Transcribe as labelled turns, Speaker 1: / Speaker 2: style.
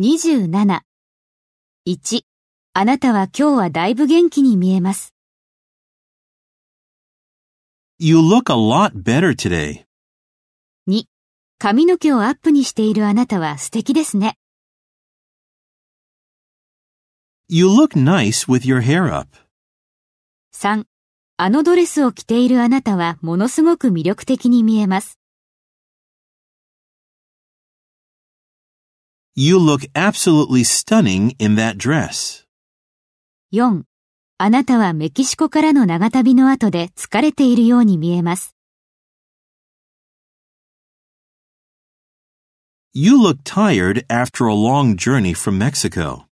Speaker 1: 27。1、あなたは今日はだいぶ元気に見えます。
Speaker 2: You look a lot better today.
Speaker 1: 2、髪の毛をアップにしているあなたは素敵ですね。
Speaker 2: You look nice with your hair up.
Speaker 1: 3、あのドレスを着ているあなたはものすごく魅力的に見えます。
Speaker 2: You look absolutely stunning in that dress.
Speaker 1: 4、あなたはメキシコからの長旅の後で疲れているように見えます。
Speaker 2: You look tired after a long journey from Mexico.